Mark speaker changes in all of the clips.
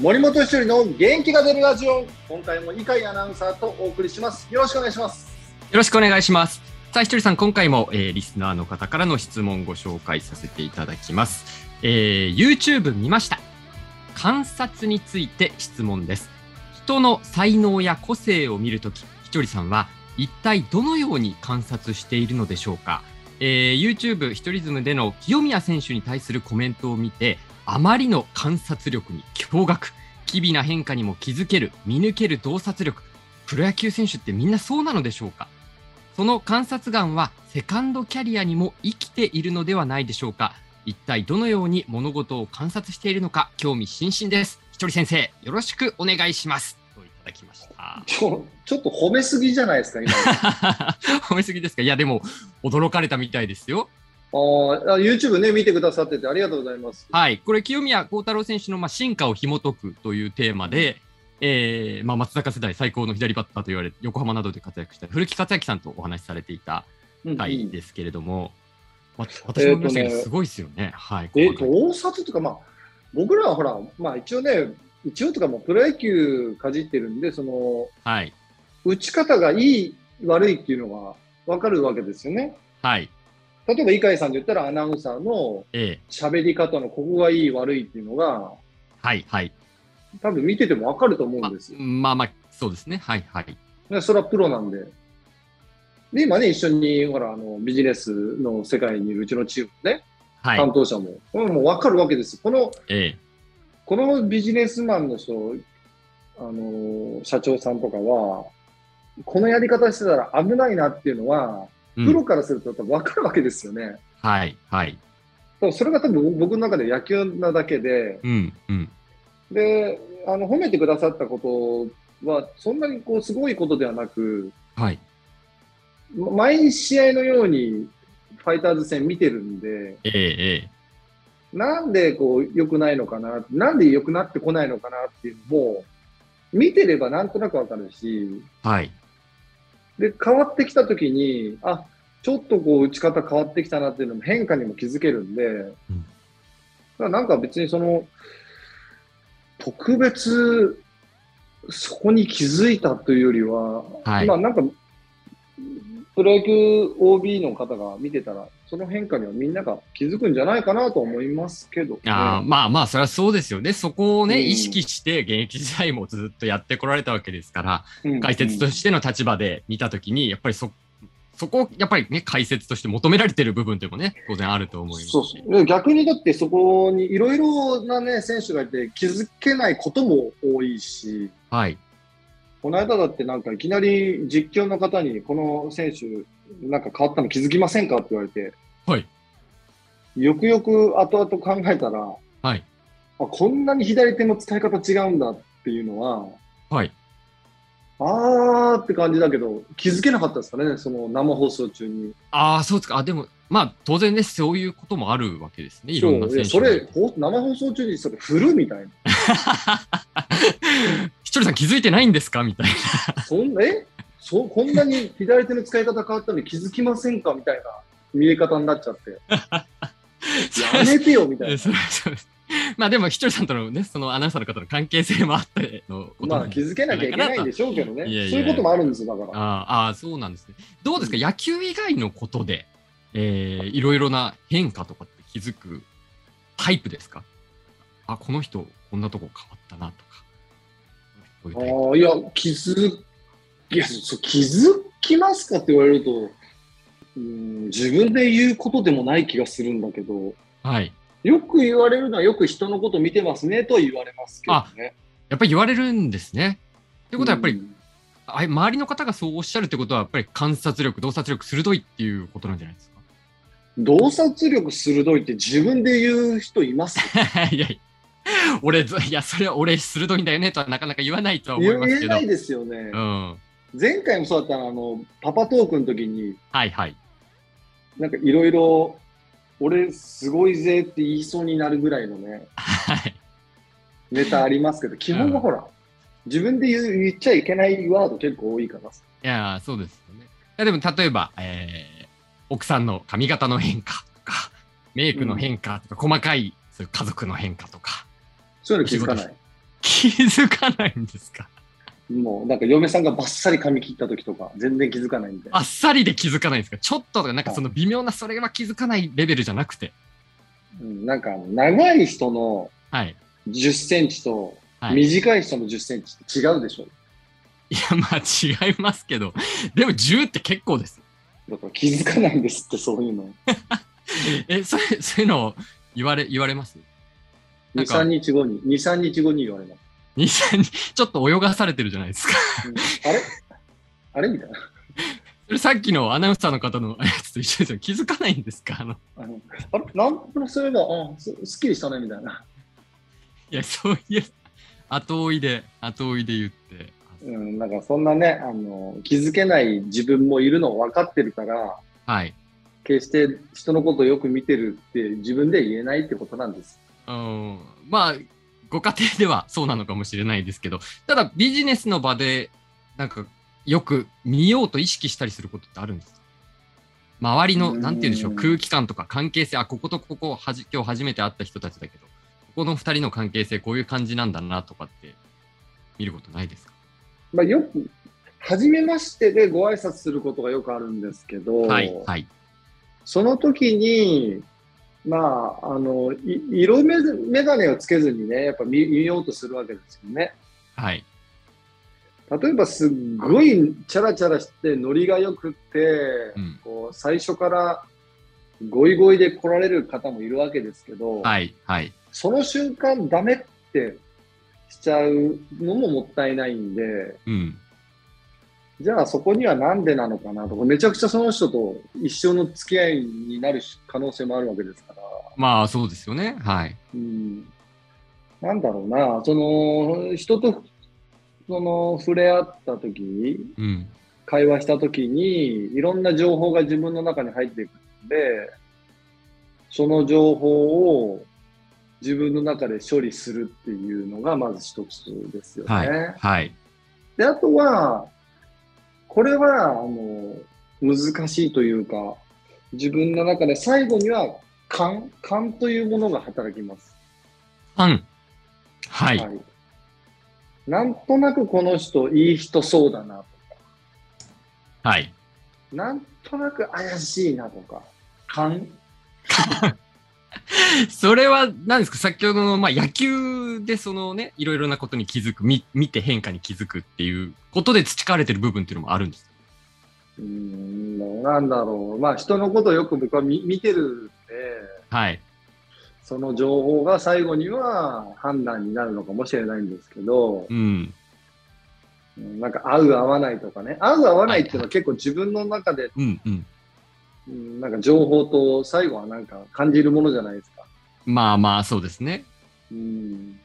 Speaker 1: 森本一人の元気が出るラジオ今回も猪飼アナウンサーとお送りしますよろしくお願いします
Speaker 2: よろしくお願いします。さあ、ひとりさん、今回も、えーリスナーの方からの質問をご紹介させていただきます。えー YouTube 見ました。観察について質問です。人の才能や個性を見るとき、ひとりさんは一体どのように観察しているのでしょうか、えー ?YouTube ひとりズムでの清宮選手に対するコメントを見て、あまりの観察力に驚愕。機微な変化にも気づける、見抜ける洞察力。プロ野球選手ってみんなそうなのでしょうかその観察眼はセカンドキャリアにも生きているのではないでしょうか。一体どのように物事を観察しているのか興味津々です。ひとり先生、よろしくお願いします。といただきました。
Speaker 1: ちょちょっと褒めすぎじゃないです か今
Speaker 2: 褒めすぎですかいや、でも驚かれたみたいですよ。
Speaker 1: あーあ YouTube ね見てくださっててありがとうございます
Speaker 2: はい、これ清宮幸太郎選手のまあ進化を紐解くというテーマで、えーまあ、松坂世代最高の左バッターと言われ横浜などで活躍した古木克明さんとお話しされていた
Speaker 1: うんうん
Speaker 2: 回ですけれども、まあ、私も見ましたけ
Speaker 1: えーと
Speaker 2: ど
Speaker 1: ね
Speaker 2: すごいですよね。はい、
Speaker 1: え
Speaker 2: 細かい
Speaker 1: 洞察というか、まあ、僕らはほら、まあ、一応ね、一応とか、もうプロ野球かじってるんで、その
Speaker 2: はい、
Speaker 1: 打ち方がいい、悪いっていうのが分かるわけですよね。
Speaker 2: はい、
Speaker 1: 例えば、猪飼さんで言ったら、アナウンサーの
Speaker 2: ええ
Speaker 1: 喋り方のここがいい、悪いっていうのが、
Speaker 2: はい、はい。
Speaker 1: 多分見てても分かると思う
Speaker 2: ま
Speaker 1: んですよ。
Speaker 2: まあまあ、そうですね。はい、はい。
Speaker 1: でそれはプロなんで。で、今ね、一緒にほらあのビジネスの世界にいるうちのチームね、
Speaker 2: はい
Speaker 1: 担、当者も、これもう分かるわけです。この
Speaker 2: え
Speaker 1: このビジネスマンの人、あのー社長さんとかは、このやり方してたら危ないなっていうのは、
Speaker 2: え
Speaker 1: プ
Speaker 2: う
Speaker 1: ロ
Speaker 2: ん。
Speaker 1: からすると多分分かるわけですよね。だか
Speaker 2: はい、はい。
Speaker 1: らそれが多分僕の中で野球なだけで、
Speaker 2: うん、うん。
Speaker 1: で、あの褒めてくださったことは、そんなにこうすごいことではなく、
Speaker 2: はい、
Speaker 1: ま毎試合のようにファイターズ戦見てるんで、
Speaker 2: ええええ
Speaker 1: なんでこう良くないのかな、なんで良くなってこないのかなっていうのも、見てればなんとなく分かるし、
Speaker 2: はい、
Speaker 1: で、変わってきたときに、あ、ちょっとこう打ち方変わってきたなっていうのも変化にも気づけるんで、だからなんか別にその、特別、そこに気づいたというよりは、
Speaker 2: はい
Speaker 1: まあなんか、プロ野球 OB の方が見てたら、その変化にはみんなが気づくんじゃないかなと思いますけど、ね。
Speaker 2: あーまあまあ、それはそうですよね。そこをね、
Speaker 1: うん
Speaker 2: 意識して、現役時代もずっとやってこられたわけですから、
Speaker 1: うん
Speaker 2: 解説としての立場で見たときに、やっぱりそ、そこをやっぱりね、解説として求められてる部分でもね、当然あると思いますし。
Speaker 1: そうそうで逆にだってそこにいろいろな、ね、選手がいて気づけないことも多いし
Speaker 2: はい、
Speaker 1: この間だってなんかいきなり実況の方にこの選手なんか変わったの気づきませんかって言われて、
Speaker 2: はい、
Speaker 1: よくよく後々考えたらあ
Speaker 2: はい、
Speaker 1: こんなに左手の使い方違うんだっていうのは
Speaker 2: はい。
Speaker 1: あーって感じだけど気づけなかったですかねその生放送中に。
Speaker 2: ああ、そうですか。あ、でも、まあ、当然ね、そういうこともあるわけですね。いろんな
Speaker 1: そうい
Speaker 2: 選
Speaker 1: や
Speaker 2: 手
Speaker 1: そ
Speaker 2: が
Speaker 1: れほ生放送中にそれ振るみたいな。
Speaker 2: ひとりさん気づいてないんですかみたい
Speaker 1: そんえそこんなに左手の使い方変わったのに気づきませんかみたいな見え方になっちゃって、や
Speaker 2: な。
Speaker 1: めてよみたいな。
Speaker 2: そうそうまあでもひとりさんとのね、そのアナウンサーの方の関係性もあってのこと
Speaker 1: ま
Speaker 2: な
Speaker 1: あ
Speaker 2: ん
Speaker 1: 気
Speaker 2: です
Speaker 1: づけなきゃいけないんでしょうけどね。
Speaker 2: いやいやいや
Speaker 1: そういうこともあるんですよ、だから。
Speaker 2: あーあー、そうなんですね。どうですか、野球以外のことで、えーいろいろな変化とかって気づくタイプですかあ、この人、こんなとこ変わったなとか。こういうタイプ
Speaker 1: ああ、いや、気づ、いや、そう気づきますかって言われると、うん、自分で言うことでもない気がするんだけど、
Speaker 2: はい。
Speaker 1: よく言われるのはよく人のこと見てますねとは言われますけどね。
Speaker 2: やっぱり言われるんですね。と
Speaker 1: と
Speaker 2: いうことは、やっぱりあ周りの方がそうおっしゃるってことは、やっぱり観察力、洞察力鋭いっていうことなんじゃないですか。
Speaker 1: 洞察力鋭いって自分で言う 人います
Speaker 2: いやいや、俺、ずいや、それは俺、鋭いんだよねとはなかなか言わないとは思いま
Speaker 1: 言
Speaker 2: す
Speaker 1: え
Speaker 2: けど。
Speaker 1: ないですよね
Speaker 2: う。ん。
Speaker 1: 前回もそうだったのあの、パパトークの時に、
Speaker 2: はいはい。
Speaker 1: なんかいろいろ、俺すごいぜって言いそうになるぐらいのね、
Speaker 2: はい。
Speaker 1: ネタありますけど、基本はほら、自分で言う言っちゃいけないワード結構多いから。
Speaker 2: いやー、そうですよね。いやでも、例えば、えー奥さんの髪型の変化とか、 メイクの変化とか、細かいそういう家族の変化とか、
Speaker 1: そういうの気づかない。
Speaker 2: 気気づかないんですか
Speaker 1: もう、なんか嫁さんがばっさり髪切った時とか、全然気づかないみたい
Speaker 2: あ
Speaker 1: な。
Speaker 2: っさりで気づかないんですかちょっととか、なんかその微妙な、それは気づかないレベルじゃなくて。
Speaker 1: うん、なんか、長い人の
Speaker 2: はい。
Speaker 1: 10センチと、
Speaker 2: はい、い
Speaker 1: 短い人の10センチって違うでしょ。
Speaker 2: や、まあ違いますけど、でも10って結構です。
Speaker 1: だから気づかないんですって、そういうの。
Speaker 2: え、それ、そういうのを言われ、言われますな
Speaker 1: 2、
Speaker 2: んか
Speaker 1: 3日後に、2、3日後に言われます。
Speaker 2: 二三日ちょっと泳がされてるじゃないですか。
Speaker 1: うんあれあれみたいな。
Speaker 2: それさっきのアナウンサーの方のやつと一緒ですよ。気づかないんですかあの、
Speaker 1: あのあれなんとなくそういえば、あすすっきりしたねみたいな。
Speaker 2: いや、そういう、後追いで、後追いで言って。
Speaker 1: うん、なんかそんなね、あの、気づけない自分もいるの分かってるから、
Speaker 2: はい。
Speaker 1: 決して人のことをよく見てるって自分で言えないってことなんです。
Speaker 2: うん、まあ、ご家庭ではそうなのかもしれないですけど、ただビジネスの場で、なんか、よく見ようと意識したりすることってあるんですか周りの、
Speaker 1: うん
Speaker 2: なんて言うんでしょう、空気感とか関係性、あ、こことここはじ、今日初めて会った人たちだけど、ここの二人の関係性、こういう感じなんだなとかって、見ることないですか
Speaker 1: まあよく、初めましてでご挨拶することがよくあるんですけど、
Speaker 2: はい、はい。
Speaker 1: その時に、まあ、あの、い色眼眼鏡をつけずにね、やっぱ見見ようとするわけですよね。
Speaker 2: はい。
Speaker 1: 例えばすっごいチャラチャラしてノリが良くって、
Speaker 2: うん。
Speaker 1: こう最初からゴイゴイで来られる方もいるわけですけど、
Speaker 2: はい、はい。
Speaker 1: その瞬間ダメってしちゃうのももったいないんで、
Speaker 2: うん。
Speaker 1: じゃあそこにはなんでなのかなとか、めちゃくちゃその人と一生の付き合いになる可能性もあるわけですから、
Speaker 2: まあ、そうですよね。はい。
Speaker 1: うん、なんだろうな、その人とその触れ合った時に、
Speaker 2: うん。
Speaker 1: 会話したときに、いろんな情報が自分の中に入っていくので、その情報を自分の中で処理するっていうのがまず一つですよね。
Speaker 2: はい。
Speaker 1: で、あとは、これは、あの、難しいというか、自分の中で最後には勘、勘というものが働きます。
Speaker 2: 三。はい。
Speaker 1: はいなんとなくこの人いい人そうだな
Speaker 2: はい。
Speaker 1: なんとなく怪しいなとか、勘
Speaker 2: それは何ですか先ほどの、まあ、野球でそのね、いろいろなことに気づく、み見て変化に気づくっていうことで培われてる部分っていうのもあるんです。
Speaker 1: うーん、どうなんだろう。まあ、人のことをよく僕は見見てるんで、
Speaker 2: はい。
Speaker 1: その情報が最後には判断になるのかもしれないんですけど
Speaker 2: う、ん。
Speaker 1: うんなんか合う合わないとかね。合う合わないっていうのは結構自分の中で、
Speaker 2: うんうん。
Speaker 1: うんなんか情報と最後はなんか感じるものじゃないですか。
Speaker 2: まあまあ、そうですね。
Speaker 1: うん。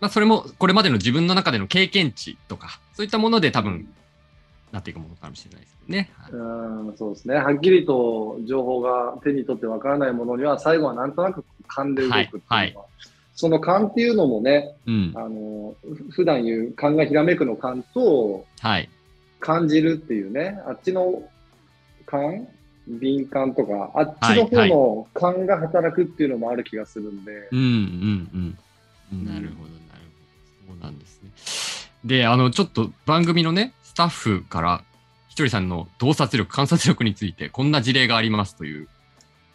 Speaker 2: まあ、それも、これまでの自分の中での経験値とか、そういったもので多分、なっていくものかもしれないですけどね。はい
Speaker 1: うん、そうですね。はっきりと情報が手に取ってわからないものには最後はなんとなく勘で動くっていうのは、
Speaker 2: はい
Speaker 1: その勘っていうのもね、
Speaker 2: うん。
Speaker 1: あの、ふ普段言う勘がひらめくの勘と、
Speaker 2: はい。
Speaker 1: 感じるっていうね、あっちの感敏感とか、あっちの方の感が働くっていうのもある気がするんで、
Speaker 2: うんうんうん。なるほど、なるほど。そうなんですね。で、あの、ちょっと番組のね、スタッフから、ひとりさんの洞察力、観察力について、こんな事例がありますという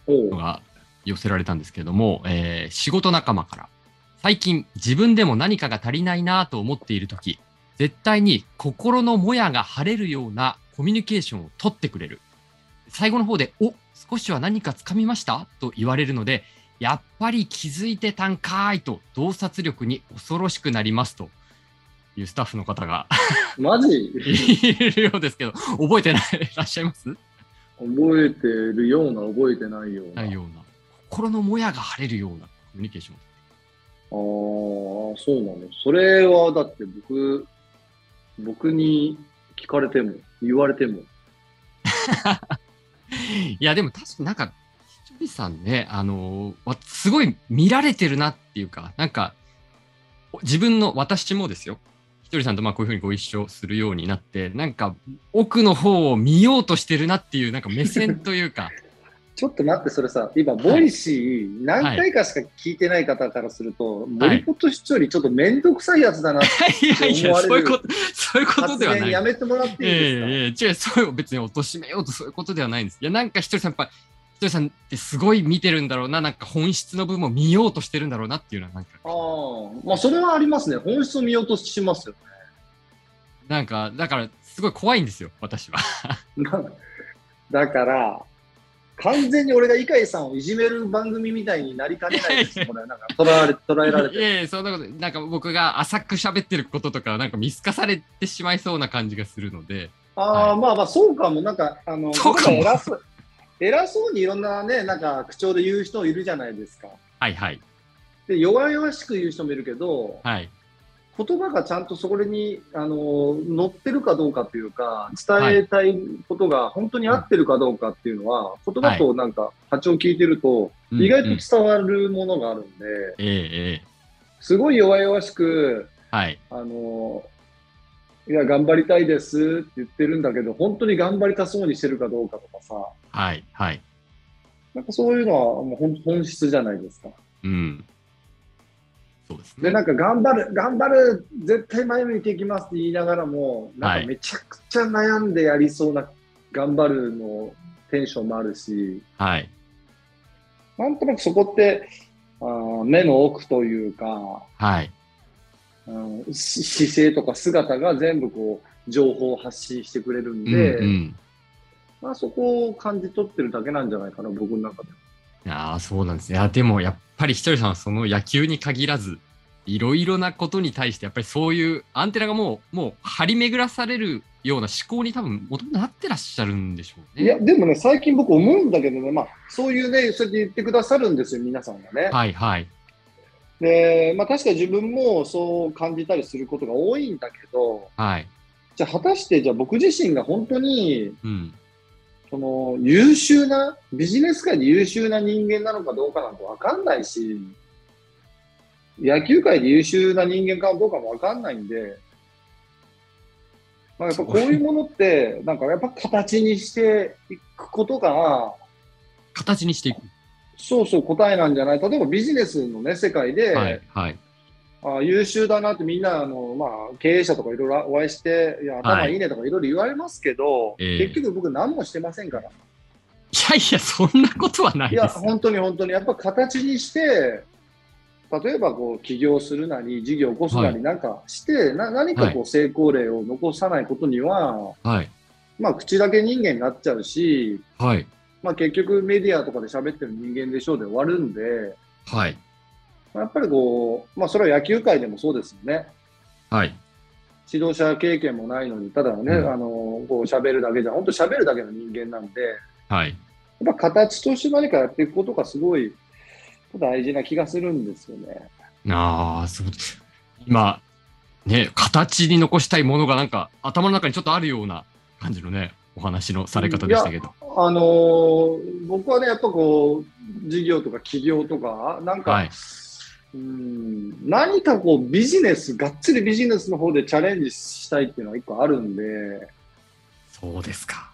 Speaker 1: お
Speaker 2: の
Speaker 1: う
Speaker 2: が寄せられたんですけれども、えー仕事仲間から、最近自分でも何かが足りないなと思っているとき、絶対に心のもやが晴れるようなコミュニケーションを取ってくれる。最後の方で、お少しは何かつかみましたと言われるので、やっぱり気づいてたんかーいと、洞察力に恐ろしくなりますというスタッフの方が
Speaker 1: マジ
Speaker 2: いるようですけど、覚えてないらっしゃいます
Speaker 1: 覚えてるような、覚えてないような。
Speaker 2: ないような。心のもやが晴れるようなコミュニケーション。
Speaker 1: ああ、そうなの。それはだって僕、僕に聞かれても、言われても、
Speaker 2: いや、でも確かになんか、ひとりさんね、あのーわすごい見られてるなっていうか、なんか、お自分の私もですよ。ひとりさんとまあこういうふうにご一緒するようになって、なんか奥の方を見ようとしてるなっていう、なんか目線というか、
Speaker 1: ちょっと待って、それさ、今、ボイシー、何回かしか聞いてない方からすると、森本市長にちょっと面倒くさいやつだな って
Speaker 2: いやいや、
Speaker 1: 思われる
Speaker 2: そういうこと、そういうこと
Speaker 1: 発
Speaker 2: ではな
Speaker 1: 言
Speaker 2: い。
Speaker 1: やめてもらっていい
Speaker 2: え
Speaker 1: ですか、
Speaker 2: えええ違う、そう別に貶めようとそういうことではないんです。いや、なんかひとりさん、やっぱ、ひとりさんってすごい見てるんだろうな、なんか本質の部分を見ようとしてるんだろうなっていうのは、なんか、
Speaker 1: ああ、まあ、それはありますね。本質を見ようとしますよ。
Speaker 2: なんか、だから、すごい怖いんですよ、私は。
Speaker 1: なだから、完全に俺が碇さんをいじめる番組みたいになりかねないです、これ。なんか捉えられ捉えられ
Speaker 2: い
Speaker 1: て。
Speaker 2: やいや、そんなこと、なんか僕が浅く喋ってることとか、なんか見透かされてしまいそうな感じがするので、
Speaker 1: ああ、
Speaker 2: は
Speaker 1: まあまあ、そうかも。なんか、あの、
Speaker 2: そうかも
Speaker 1: 僕ら偉そう偉そうにいろんなね、なんか口調で言う人いるじゃないですか。
Speaker 2: はいはい、
Speaker 1: で、弱々しく言う人もいるけど、
Speaker 2: はい、
Speaker 1: 言葉がちゃんとそこにあの載ってるかどうかというか、伝えたいことが本当に合ってるかどうかっていうのは、言葉となんか波長を聞いてると、
Speaker 2: うん
Speaker 1: 意外
Speaker 2: うん
Speaker 1: と伝わるものがあるんで、
Speaker 2: ええええ
Speaker 1: すごい弱々しく、
Speaker 2: はい、
Speaker 1: あの、いや、頑張りたいですって言ってるんだけど、本当に頑張りたそうにしてるかどうかとかさ、
Speaker 2: はい、はい、
Speaker 1: なんかそういうのはもう本本質じゃないですか。
Speaker 2: うん。そうです
Speaker 1: で、
Speaker 2: ね。
Speaker 1: なんか頑張る、頑張る、絶対前向いていきますって言いながらも、なん
Speaker 2: はい
Speaker 1: かめちゃくちゃ悩んでやりそうな、頑張るのテンションもあるし、
Speaker 2: はい、
Speaker 1: なんとなくそこって、あー目の奥というか、
Speaker 2: はい、
Speaker 1: うんし姿勢とか姿が全部こう、情報を発信してくれるん
Speaker 2: うん、
Speaker 1: で、
Speaker 2: うん。
Speaker 1: まあそこを感じ取ってるだけなんじゃないかな、僕の中で。
Speaker 2: いやーそうなんですね。いやでもやっぱりひとりさんはその野球に限らずいろいろなことに対してやっぱりそういうアンテナがもうもう張り巡らされるような思考に多分もともとなってらっしゃるんでしょうね。
Speaker 1: いや、でもね、最近僕思うんだけどね、まあ、そういうね、そうやって言ってくださるんですよ、皆さんがね。
Speaker 2: はいはい
Speaker 1: で、まあ、確かに自分もそう感じたりすることが多いんだけど、
Speaker 2: はい。
Speaker 1: じゃあ果たして、じゃあ僕自身が本当に、
Speaker 2: うん。
Speaker 1: その優秀な、ビジネス界で優秀な人間なのかどうかなんてわかんないし、野球界で優秀な人間かどうかもわかんないんで、まあ、やっぱこういうものって、なんかやっぱ形にしていくことが、
Speaker 2: 形にしていく。
Speaker 1: そうそう答えなんじゃない例えばビジネスのね、世界で、
Speaker 2: はいはい
Speaker 1: あ優秀だなってみんなあの、まあ、経営者とかいろいろお会いしていや頭いいねとかいろいろ言われますけど、
Speaker 2: ええ
Speaker 1: 結局僕何もしてませんから、
Speaker 2: いやいやそんなことはない
Speaker 1: い
Speaker 2: で
Speaker 1: や
Speaker 2: す。
Speaker 1: 本当に本当にやっぱ形にして例えばこう起業するなり事業を起こすな
Speaker 2: は
Speaker 1: りなんかして、な何かこう成功例を残さないことには、
Speaker 2: はい
Speaker 1: まあ、口だけ人間になっちゃうし、
Speaker 2: はい
Speaker 1: まあ、結局メディアとかで喋ってる人間でしょうで終わるんで
Speaker 2: はい
Speaker 1: まあやっぱりこう、まあ、それは野球界でもそうですよね。
Speaker 2: はい
Speaker 1: 指導者経験もないのに、ただね、
Speaker 2: うん
Speaker 1: あのこう喋るだけじゃ、本当喋るだけの人間なんで、
Speaker 2: はい。
Speaker 1: やっぱ形として何かやっていくことがすごい大事な気がするんですよね。
Speaker 2: ああそう。今ね形に残したいものがなんか頭の中にちょっとあるような感じのねお話のされ方でしたけど。
Speaker 1: あのー僕はね、やっぱこう、事業とか起業とか、なんか、
Speaker 2: はいう
Speaker 1: ーん何かこうビジネス、がっつりビジネスの方でチャレンジしたいっていうのは一個あるんで、
Speaker 2: そうですか。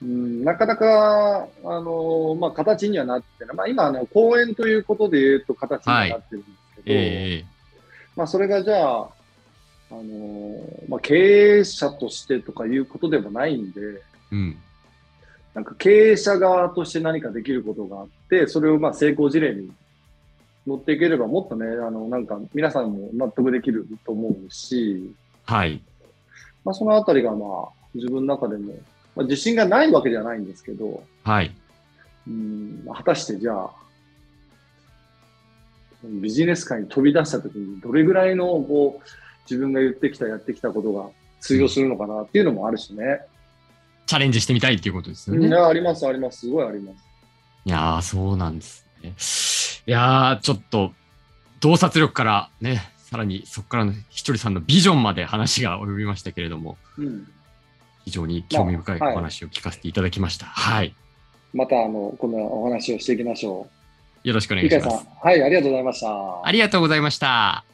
Speaker 1: うんなかなか、あのーまあ、形にはなってない。まあ、今、あの、公演ということで言うと形にはなってるんですけど、
Speaker 2: え
Speaker 1: まあ、それがじゃあ、あのーまあ、経営者としてとかいうことでもないんで、
Speaker 2: えうん。
Speaker 1: なんか経営者側として何かできることがあって、それをまあ成功事例に乗っていければ、もっとね、あの、なんか皆さんも納得できると思うし、
Speaker 2: はい。
Speaker 1: まあ、そのあたりがまあ、自分の中でも、まあ、自信がないわけではないんですけど、
Speaker 2: はい。
Speaker 1: うん、まあ果たしてじゃあ、ビジネス界に飛び出したときに、どれぐらいのこう自分が言ってきた、やってきたことが通用するのかなっていうのもあるしね。
Speaker 2: チャレンジしてみたいっていうことですよね。
Speaker 1: いやあります、あります、すごいあります。
Speaker 2: いやー、そうなんですね。いやー、ちょっと、洞察力からね、さらにそこからのひとりさんのビジョンまで話が及びましたけれども、
Speaker 1: うん、
Speaker 2: 非常に興味深い
Speaker 1: まあ
Speaker 2: お
Speaker 1: はい
Speaker 2: 話を聞かせていただきました。はい。
Speaker 1: またあの、このお話をしていきましょ
Speaker 2: よろしくお
Speaker 1: う。
Speaker 2: 願いし
Speaker 1: 碇
Speaker 2: ま
Speaker 1: さん
Speaker 2: す。、
Speaker 1: はい、ありがとうございました。
Speaker 2: ありがとうございました。